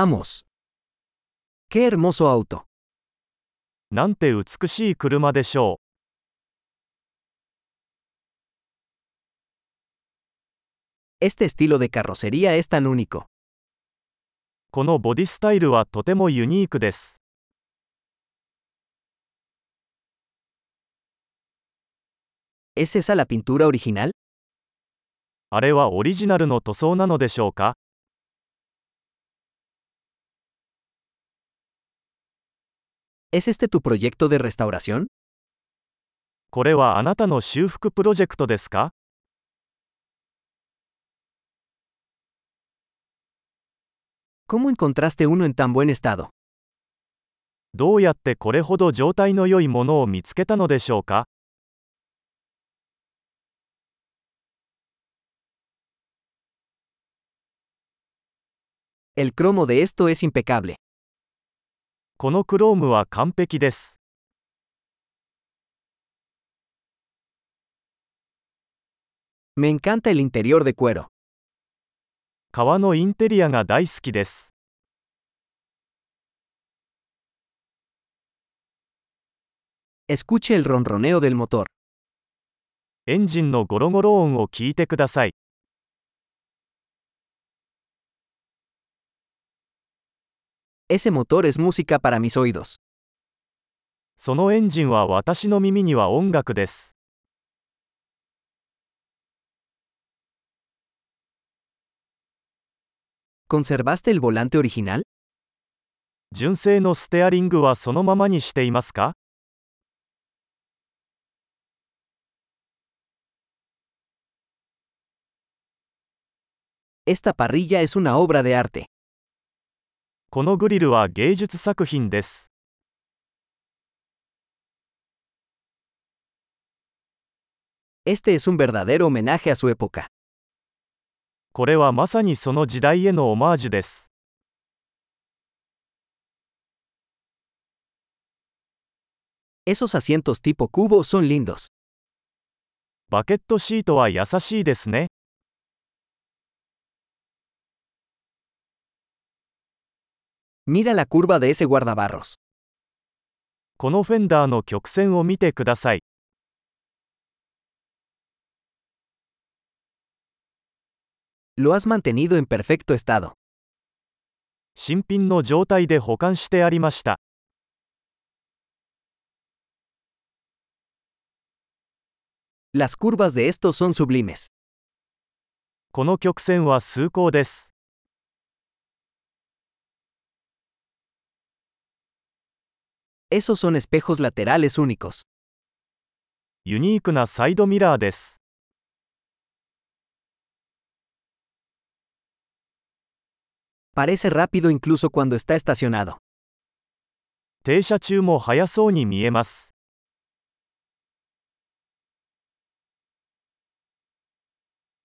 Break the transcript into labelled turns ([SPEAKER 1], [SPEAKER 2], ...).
[SPEAKER 1] Vamos. Qué hermoso auto.
[SPEAKER 2] なんて美しい車でしょ
[SPEAKER 1] Este estilo de carrocería es tan único.
[SPEAKER 2] う。このボディスタイルはとてもユニークです。
[SPEAKER 1] ¿Es esa la pintura original?
[SPEAKER 2] あれはオリジナルの塗装なのでしょうか
[SPEAKER 1] ¿Es este tu proyecto de restauración?
[SPEAKER 2] これはあなたの修復プロジェクトですか
[SPEAKER 1] ¿Cómo encontraste uno en tan buen estado?
[SPEAKER 2] どうやってこれほど状態の良いものを見つけたのでしょうか
[SPEAKER 1] El cromo de esto es impecable.
[SPEAKER 2] このクロームは完璧です。
[SPEAKER 1] Me encanta el interior de cuero.
[SPEAKER 2] 革のインテリアが大好きです。
[SPEAKER 1] Escuche el ronroneo del motor.
[SPEAKER 2] エンジンのゴロゴロ音を聞いてください。
[SPEAKER 1] Ese motor es música para mis oídos.
[SPEAKER 2] そのエンジンは私の耳には音楽です。
[SPEAKER 1] ¿Conservaste el volante original?
[SPEAKER 2] 純正のステアリングはそのままにしていますか
[SPEAKER 1] Esta parrilla es una obra de arte.
[SPEAKER 2] このグリルは芸術作品です。
[SPEAKER 1] Este es un verdadero homenaje a su época.
[SPEAKER 2] これはまさにその時代へのオマージュです。
[SPEAKER 1] Esos asientos tipo cubo son lindos.
[SPEAKER 2] バケットシートは優しいですね。
[SPEAKER 1] Mira la curva de ese guardabarros.
[SPEAKER 2] このフェンダーの曲線を見てください。
[SPEAKER 1] Lo has mantenido en perfecto estado.
[SPEAKER 2] 新品の状態で保管してありました。
[SPEAKER 1] Las curvas de estos son sublimes.
[SPEAKER 2] この曲線は崇高です。
[SPEAKER 1] Esos son espejos laterales únicos.
[SPEAKER 2] ユニークなサイドミラーです。
[SPEAKER 1] Parece rápido incluso cuando está estacionado.
[SPEAKER 2] 停車中も速そうに見えます。